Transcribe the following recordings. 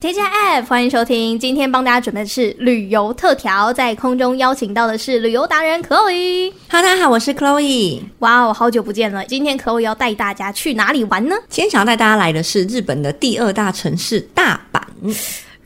天下 App，欢迎收听。今天帮大家准备的是旅游特调，在空中邀请到的是旅游达人 Chloe。哈喽，大家好，我是 Chloe。哇哦，好久不见了！今天 Chloe 要带大家去哪里玩呢？今天想要带大家来的是日本的第二大城市大阪。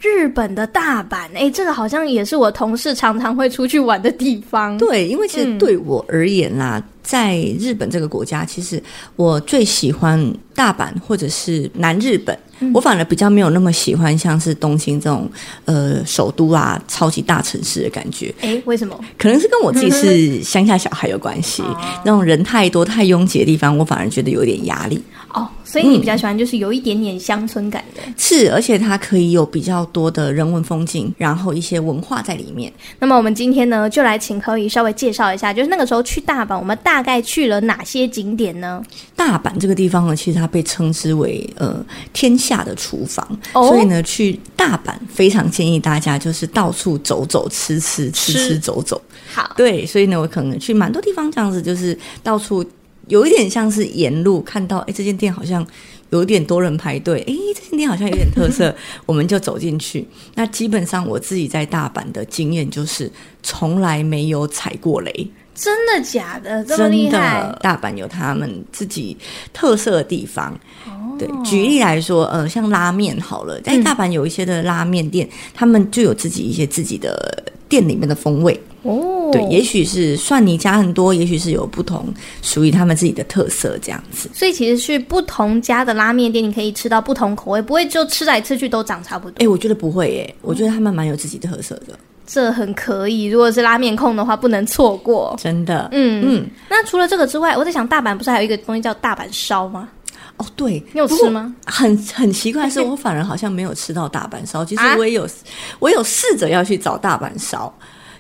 日本的大阪，哎，这个好像也是我同事常常会出去玩的地方。对，因为其实对我而言啦，在日本这个国家，其实我最喜欢大阪或者是南日本。我反而比较没有那么喜欢像是东京这种呃首都啊超级大城市的感觉，哎，为什么？可能是跟我自己是乡下小孩有关系。那种人太多太拥挤的地方，我反而觉得有点压力。哦，所以你比较喜欢就是有一点点乡村感的。是，而且它可以有比较多的人文风景，然后一些文化在里面。那么我们今天呢，就来请 Chloe 稍微介绍一下，就是那个时候去大阪，我们大概去了哪些景点呢？大阪这个地方呢，其实它被称之为呃天下的厨房，哦所以呢，去大阪非常建议大家就是到处走走，吃吃吃吃吃走走。好，对，所以呢，我可能去蛮多地方这样子，就是到处有一点像是沿路看到，哎，这间店好像有点多人排队，哎，这间店好像有点特色，我们就走进去。那基本上我自己在大阪的经验就是从来没有踩过雷，真的假的？这么厉真害的，？大阪有他们自己特色的地方。哦对，举例来说，呃，像拉面好了，嗯在大阪有一些的拉面店，他们就有自己一些自己的店里面的风味。哦，对，也许是蒜泥加很多，也许是有不同属于他们自己的特色这样子。所以其实去不同家的拉面店，你可以吃到不同口味，不会就吃来吃去都长差不多。哎、我觉得不会耶、我觉得他们蛮有自己特色的，这很可以，如果是拉面控的话，不能错过。真的。嗯嗯，那除了这个之外，我在想大阪不是还有一个东西叫大阪烧吗？哦，对，你有不吃过吗？很很奇怪，是我反而好像没有吃到大阪烧。其实啊我也有，我有试着要去找大阪烧，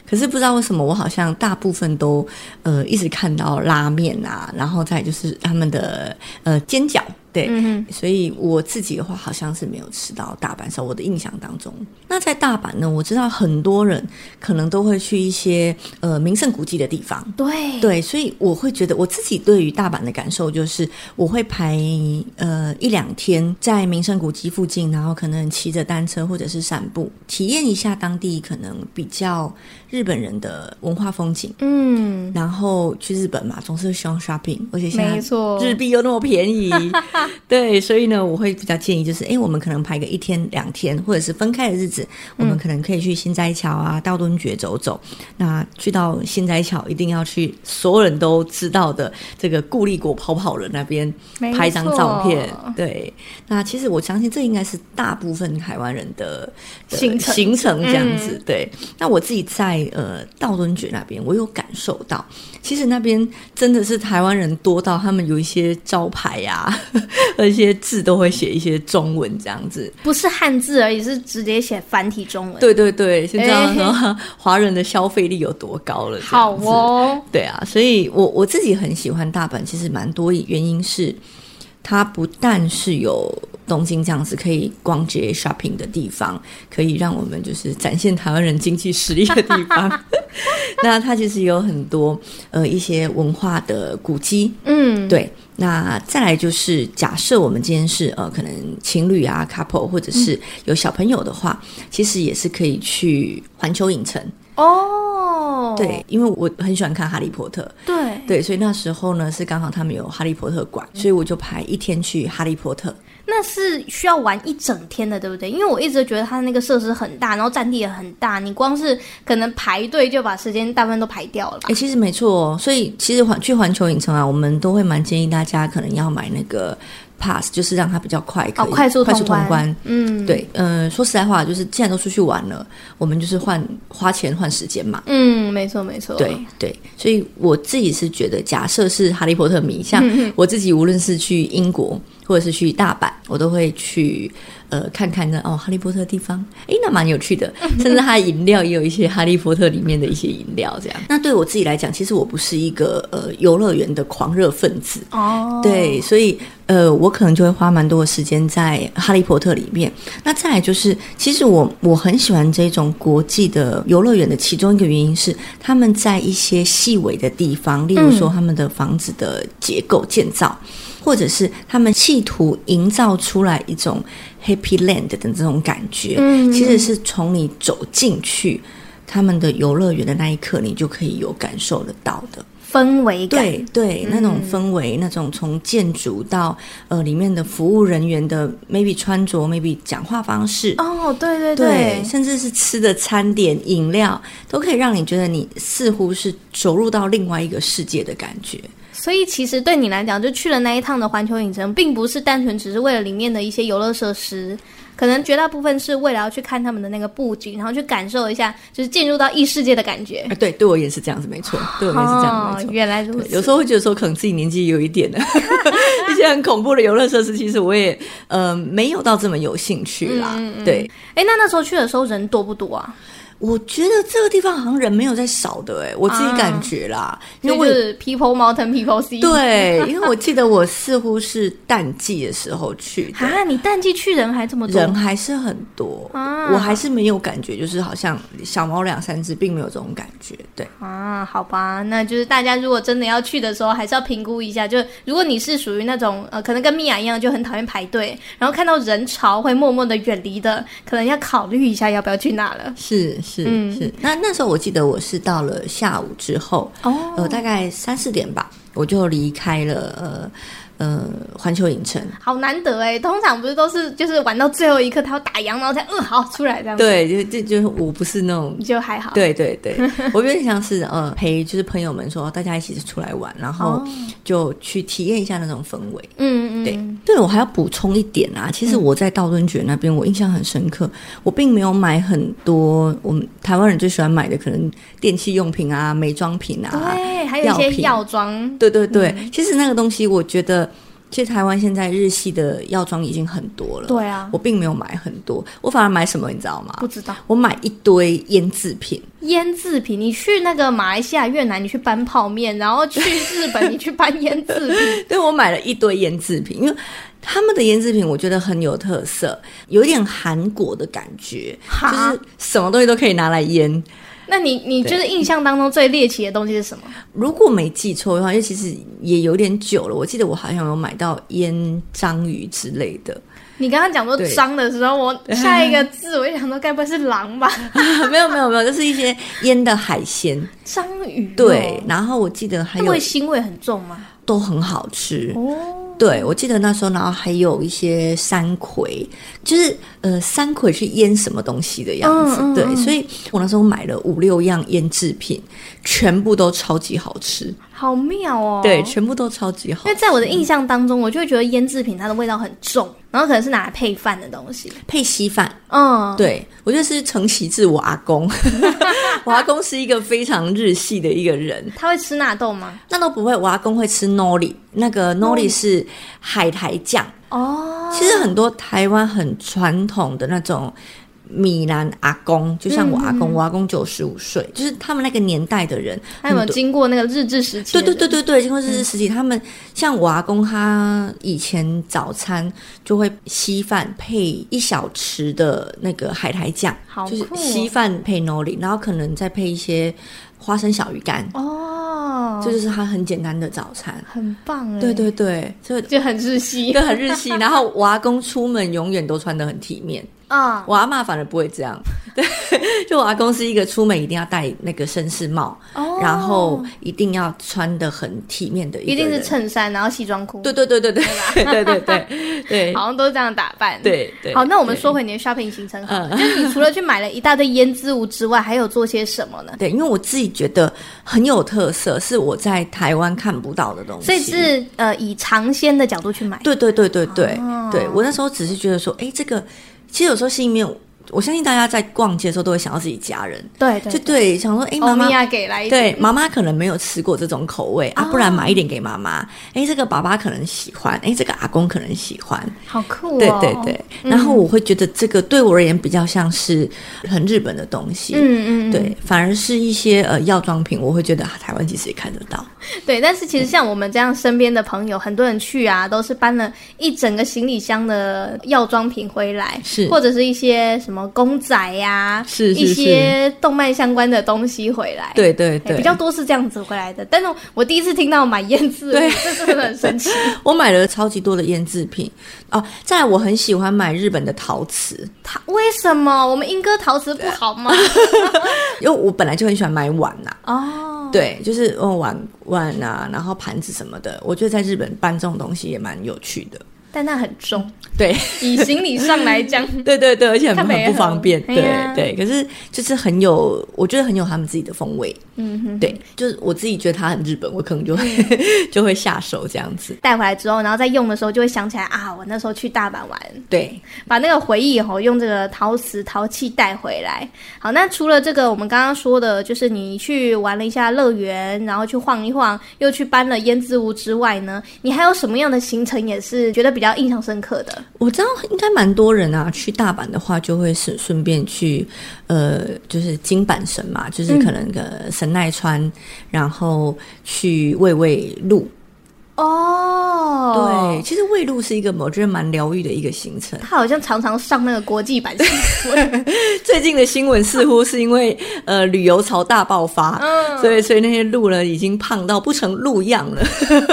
可是不知道为什么，我好像大部分都呃一直看到拉面啊，然后再就是他们的呃煎饺，对，嗯所以我自己的话好像是没有吃到大阪烧。我的印象当中，那在大阪呢，我知道很多人可能都会去一些呃名胜古迹的地方，对，对，所以我会觉得我自己对于大阪的感受就是，我会排呃一两天在名胜古迹附近，然后可能骑着单车或者是散步，体验一下当地可能比较日本人的文化风景。嗯，然后去日本嘛，总是希望 shopping，而且现没错在日币又那么便宜，对，所以呢，我会比较建议就是，哎，我们可能排个一天、两天，或者是分开的日子，我们可能可以去新斋桥啊、道顿崛走走。那去到新斋桥，一定要去所有人都知道的这个固力果泡泡人那边没拍张照片错。对，那其实我相信这应该是大部分台湾人的的行程嗯行程这样子。对，那我自己在呃道敦崛那边，我有感受到，其实那边真的是台湾人多到他们有一些招牌呀、啊， 一些字都会写一些中文这样子。不是汉字而已，是直接写繁体中文。，对对对，就知道哎说 华人的消费力有多高了。好这样子哦，对啊，所以我我自己很喜欢大阪，其实蛮多原因是，它不但是有东京这样子可以逛街 shopping 的地方，可以让我们就是展现台湾人经济实力的地方。 那它其实有很多呃一些文化的古迹，嗯，对，那再来就是，假设我们今天是呃，可能情侣啊、couple，或者是有小朋友的话，其实也是可以去环球影城。哦，对，因为我很喜欢看《哈利波特》，对，对，所以那时候呢是刚好他们有《哈利波特》馆，所以我就排一天去《哈利波特》。那是需要玩一整天的，对不对？因为我一直觉得它那个设施很大，然后占地也很大，你光是可能排队就把时间大部分都排掉了吧哎、？其实没错、哦，所以其实环去环球影城啊，我们都会蛮建议大家可能要买那个 pass，就是让它比较快，可哦以、快速快速通通关关。嗯，对，嗯、说实在话，就是既然都出去玩了，我们就是换花钱换时间嘛。嗯，没错没错，对对，所以我自己是觉得，假设是哈利波特迷，像我自己，无论是去英国或者是去大阪，我都会去呃看看那哦哈利波特的地方，诶，那蛮有趣的。甚至它的饮料也有一些哈利波特里面的一些饮料，这样。那对我自己来讲，其实我不是一个呃游乐园的狂热分子，哦，对，所以呃，我可能就会花蛮多的时间在《哈利波特》里面。那再来就是，其实我我很喜欢这种国际的游乐园的其中一个原因是，他嗯们在一些细微的地方，例如说他们的房子的结构建造。或者是他们企图营造出来一种 Happy Land 的这种感觉，嗯其实是从你走进去他们的游乐园的那一刻，你就可以有感受得到的。氛围感，对对，那种氛围，那种从建筑到呃里面的服务人员的 maybe 穿着，maybe 讲话方式。哦，对对对，甚至是吃的餐点、饮料，都可以让你觉得你似乎是走入到另外一个世界的感觉。所以其实对你来讲，就去了那一趟的环球影城，并不是单纯只是为了里面的一些游乐设施，可能绝大部分是为了要去看他们的那个布景，然后去感受一下，就是进入到异世界的感觉。啊，对，对我也是这样子，没错，对我也是这样哦子，没，错。原来如对此。有时候会觉得说，可能自己年纪有一点了， 一些很恐怖的游乐设施，其实我也呃没有到这么有兴趣啦。对，哎，那那时候去的时候人多不多啊？我觉得这个地方好像人没有在少的、欸，我自己感觉啦，因为就我也是 people mountain people sea。对，因为我记得我似乎是淡季的时候去的，啊，你淡季去人还这么多，人还是很多，啊我还是没有感觉，就是好像小猫两三只，并没有这种感觉。对，啊，好吧，那就是大家如果真的要去的时候，还是要评估一下。就如果你是属于那种呃，可能跟米娅一样，就很讨厌排队，然后看到人潮会默默的远离的，可能要考虑一下要不要去那了。是是、是。那那时候我记得我是到了下午之后，哦，呃，大概三四点吧，我就离开了呃呃环球影城。好难得哎，通常不是都是就是玩到最后一刻，他要打烊，然后才嗯好出来这样子，对，就就就是我不是那种。就还好。对对 对，我有点像是呃陪就是朋友们说大家一起出来玩，然后就去体验一下那种氛围。嗯，嗯嗯，对，对了，我还要补充一点啊，其实我在道顿崛那边，我印象很深刻，我并没有买很多我们台湾人最喜欢买的可能电器用品啊、美妆品啊，嗯对，还有一些药药妆，对对对，其实那个东西我觉得，其实台湾现在日系的药妆已经很多了，对啊我并没有买很多，我反而买什么你知道吗不？知道我买一堆腌制品，腌制品。你去那个马来西亚、越南，你去搬泡面，然后去日本，你去搬腌制品。 对我买了一堆腌制品，因为他们的腌制品我觉得很有特色，有一点韩国的感觉，哈就是什么东西都可以拿来腌。那你你就是印象当中最猎奇的东西是什么？如果没记错的话，因为其实也有点久了，我记得我好像有买到腌章鱼之类的， 你刚刚讲说对脏的时候，我下一个字我就想说，该不会是狼 吧？没有没有没有，就是一些腌的海鲜。章鱼哦、对，然后我记得还那有会腥味很重吗？都很好吃。哦，对，我记得那时候，然后还有一些山葵，就是呃，山葵去腌什么东西的样子。嗯嗯对，嗯所以我那时候买了五六样腌制品，全部都超级好吃。好妙哦。对，全部都超级好因为。在我的印象当中，我就会觉得腌制品它的味道很重，然后可能是拿来配饭的东西。配稀饭，嗯，对我觉得是承袭自我阿 公。我阿公是一个非常日系的一个人，他会吃纳豆吗？那都不会。我阿公会吃 nori，那个 nori 是海苔酱。哦，其实很多台湾很传统的那种米兰阿公，就像我阿公，我阿公九十五岁，就是他们那个年代的人，他有没有很多经过那个日治时期？对对对。对对，经过日治时期，他们像我阿公，他以前早餐就会稀饭配一小匙的那个海苔酱，好就是酷哦稀饭配 nori，然后可能再配一些花生小鱼干，哦，这就是他很简单的早餐。很棒哎。对，对对，就就很日系一。个很日系，然后我阿公出门永远都穿得很体面。啊，我阿嬷反而不会这样，对，就我阿公是一个出门一定要戴那个绅士帽，哦然后一定要穿的很体面的一一个定人，是衬衫，然后西装裤。对对对对对对对对对好像都是这样打扮。对对。好，那我们对说回你的 shopping 行程好了，嗯就是你除了去买了一大堆腌制物之外，还有做些什 么呢？对，因为我自己觉得很有特色，是我在台湾看不到的东西，所以是呃以尝鲜的角度去买，对对对对对、哦对，我那时候只是觉得说，哎，这个其实有时候心里面，我相信大家在逛街的时候都会想到自己家人，对对哦就对，想说，哎，妈欧妈米亚给来一对，妈妈可能没有吃过这种口味啊，哦不然买一点给妈妈。哎，这个爸爸可能喜欢，哎，这个阿公可能喜欢。好酷哦，对对对，嗯然后我会觉得这个对我而言比较像是很日本的东西。嗯嗯嗯，对，反而是一些呃药妆品，我会觉得、啊、台湾其实也看得到。对，但是其实像我们这样身边的朋友，很多人去啊，都是搬了一整个行李箱的药妆品回来，是或者是一些什什么公仔呀、是一是是，些动漫相关的东西回来。对对哎对，比较多是这样子回来的。但是我第一次听到买燕子，对这真的很神 奇。我买了超级多的腌制品哦。再来，我很喜欢买日本的陶瓷，它为什么我们英歌陶瓷不好 吗？因为我本来就很喜欢买碗呐、哦，对，就是哦碗碗啊，然后盘子什么的。我觉得在日本搬这种东西也蛮有趣的。但那很重，对， 以行李上来讲，对对对，而且看很北很不河方便。哎对呀对，可是就是很有，我觉得很有他们自己的风味。嗯哼，嗯对，就是我自己觉得它很日本，我可能就会 就会下手这样子。带回来之后，然后再用的时候就会想起来啊，我那时候去大阪玩，对，把那个回忆吼、用这个陶瓷陶器带回来。好，那除了这个，我们刚刚说的，就是你去玩了一下乐园，然后去晃一晃，又去搬了胭脂屋之外呢，你还有什么样的行程也是觉得比较印象深刻的？我知道应该蛮多人啊，去大阪的话就会顺顺便去，呃，就是金板神嘛，嗯就是可能个神奈川，然后去喂喂鹿。哦对，，其实喂鹿是一个我觉得蛮疗愈的一个行程。 他好像常常上那个国际版新闻，最近的新闻似乎是因为呃旅游潮大爆发，嗯所以所以那些鹿呢已经胖到不成鹿样了。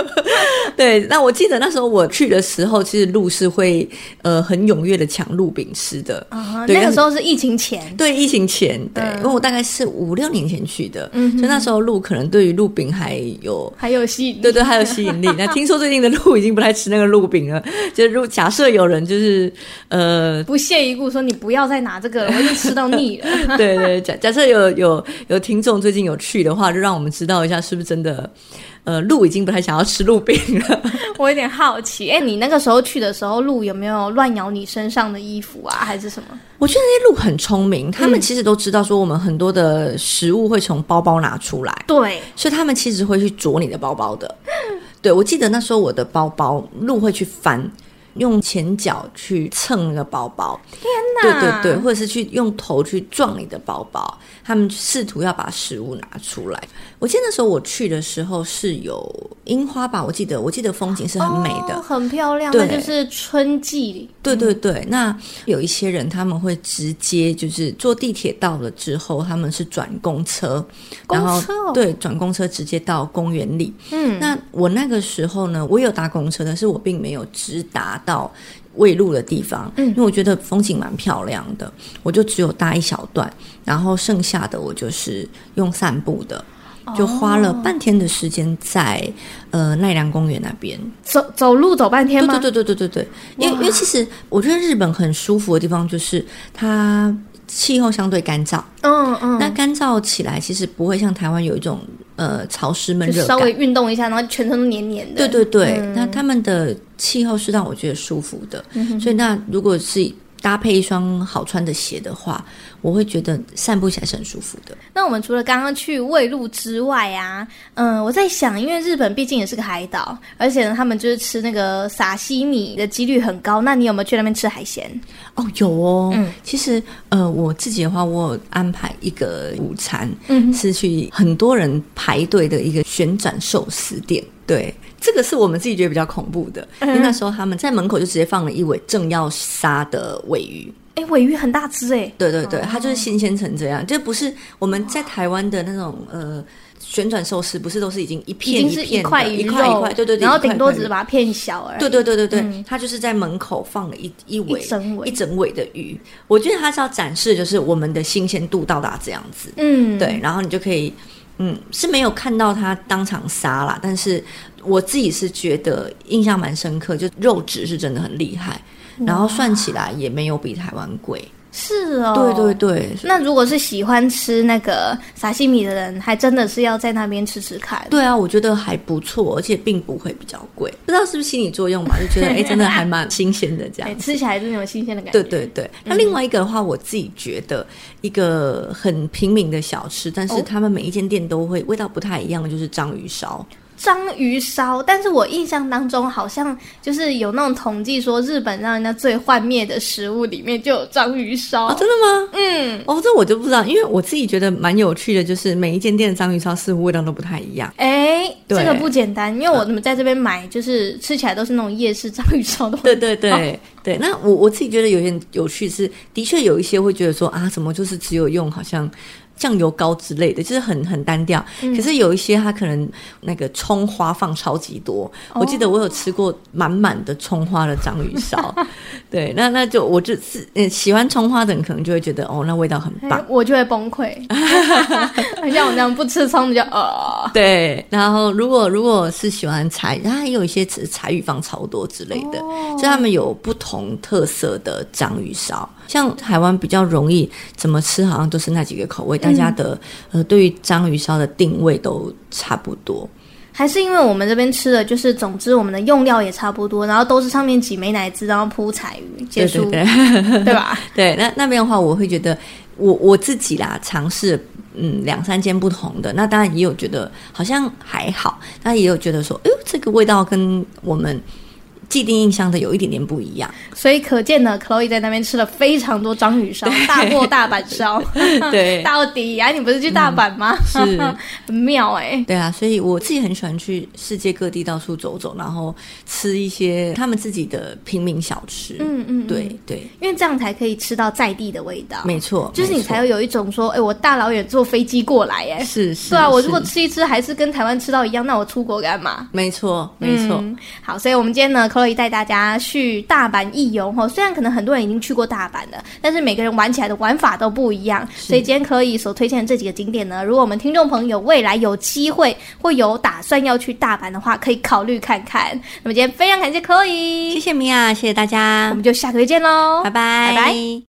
对，那我记得那时候我去的时候，其实鹿是会呃很踊跃的抢鹿饼吃的。啊对那个但时候是疫情前，对，疫情前，对，嗯因为我大概是五六年前去的，所以那时候鹿可能对于鹿饼还有。还有吸引力对对，还有 吸引力。那听说最近的鹿已经不太吃那个鹿饼了，就是如假设有人就是呃不屑一顾说你不要再拿这个了，我已经吃到腻了。 对对，假假设有有有听众最近有去的话，就让我们知道一下是不是真的。呃，鹿已经不太想要吃鹿饼了。我有点好奇，哎、你那个时候去的时候，鹿有没有乱咬你身上的衣服啊，还是什么？ 我觉得那些鹿很聪明，他们其实都知道说我们很多的食物会从包包拿出来，对，所以他们其实会去啄你的包包的。对，我记得那时候我的包包，鹿会去翻。用前脚去蹭那个包包，对对对，或者是去用头去撞你的包包，他们试图要把食物拿出来。我记得那时候我去的时候是有樱花吧，我记得我记得风景是很美的，哦嗯很漂亮，对那就是春季里。对对对。那有一些人他们会直接就是坐地铁到了之后，他们是转公车，公然后车哦对转公车直接到公园里。嗯，那我那个时候呢，我有搭公车，但是我并没有直达到未路的地方，嗯因为我觉得风景蛮漂亮的，我就只有搭一小段，然后剩下的我就是用散步的。哦就花了半天的时间在、呃奈良公园那边，走走路走半天对吗？对对对对对对，因为因为其实我觉得日本很舒服的地方就是它气候相对干燥，嗯嗯，那干燥起来其实不会像台湾有一种呃潮湿闷就热稍感，微运动一下，然后全身都黏黏的。对嗯对对，那他们的气候是让我觉得舒服的，所以那如果是搭配一双好穿的鞋的话，我会觉得散步起来是很舒服的。那我们除了刚刚去喂鹿之外啊，嗯，我在想，因为日本毕竟也是个海岛，而且呢，他们就是吃那个撒西米的几率很高。那你有没有去那边吃海鲜？哦，有哦，其实呃，我自己的话，我有安排一个午餐，嗯，是去很多人排队的一个旋转寿司店，对。这个是我们自己觉得比较恐怖的，因为那时候他们在门口就直接放了一尾正要杀的尾鱼，哎，尾鱼很大只哎、对对对，它就是新鲜成这样，就不是我们在台湾的那种呃旋转寿司，不是都是已经一已片经是片的块一鱼块一肉块，，对对对，然后一块顶多一块只是的。把它片小而已。对对对对对，它就是在门口放了一一尾一整尾一整尾的鱼，我觉得它是要展示就是我们的新鲜度到达这样子，嗯，对，然后你就可以，嗯，是没有看到它当场杀啦，但是我自己是觉得印象蛮深刻，就肉质是真的很厉害，然后算起来也没有比台湾贵，是哦，对对。对，那如果是喜欢吃那个沙西米的人，还真的是要在那边吃吃看。对啊，我觉得还不错，而且并不会比较贵，不知道是不是心理作用吧，就觉得哎、诶真的还蛮新鲜的这哎，样。吃起来真的有新鲜的感觉。对对对，那另外一个的话，我自己觉得一个很平民的小吃，但是哦他们每一间店都会味道不太一样的，就是章鱼烧。章鱼烧，但是我印象当中好像就是有那种统计说，日本让人家最幻灭的食物里面就有章鱼烧。哦，真的吗？嗯，哦，这我就不知道，因为我自己觉得蛮有趣的，就是每一间店的章鱼烧似乎味道都不太一样。哎、对这个不简单，因为我们在这边买，就是吃起来都是那种夜市章鱼烧的味道。对对对、对，那我我自己觉得有点有趣是，的确有一些会觉得说啊，怎么就是只有用好像酱油膏之类的，就是很很单调。可是有一些它可能那个葱花放超级多，我记得我有吃过满满的葱花的章鱼烧。 对，那那就我就是嗯喜欢葱花的人可能就会觉得哦，那味道很哎棒。我就会崩 溃，很像我这样不吃葱的就呃，对，然后如果如果是喜欢柴，它也有一些是柴鱼放超多之类的，所以他们有不同特色的章鱼烧。像台湾比较容易怎么吃，好像都是那几个口味，大家的、呃对于章鱼烧的定位都差不多。还是因为我们这边吃的就是，总之我们的用料也差不多，然后都是上面挤美乃滋，然后铺彩鱼结束，对 对对对吧？ 对，那那边的话，我会觉得我我自己啦，尝试嗯两三间不同的，那当然也有觉得好像还好，那也有觉得说，哎呦，这个味道跟我们既定印象的有一点点不一样。所以可见呢，Chloe 在那边吃了非常多章鱼烧，大破大阪 烧，对到底啊，你不是去大阪吗？是 很妙哎、对啊，所以我自己很喜欢去世界各地到处走走，然后吃一些他们自己的平民小吃。嗯嗯，嗯，对对，因为这样才可以吃到在地的味道，没错，啊就是你没错才会有一种说，哎、我大老远坐飞机 过来、哎，是是对啊，我如果是吃一吃还是跟台湾吃到一样，那我出国干嘛？没错没错，嗯好，所以我们今天呢，Chloe 带大家去大阪一游哈。虽然可能很多人已经去过大阪了，但是每个人玩起来的玩法都不一样。所以今天 Chloe 所推荐的这几个景点呢，如果我们听众朋友未来有机会或有打算要去大阪的话，可以考虑看看。那么今天非常感谢 Chloe，谢谢米娅，谢谢大我家们，就下个月见喽，拜拜拜拜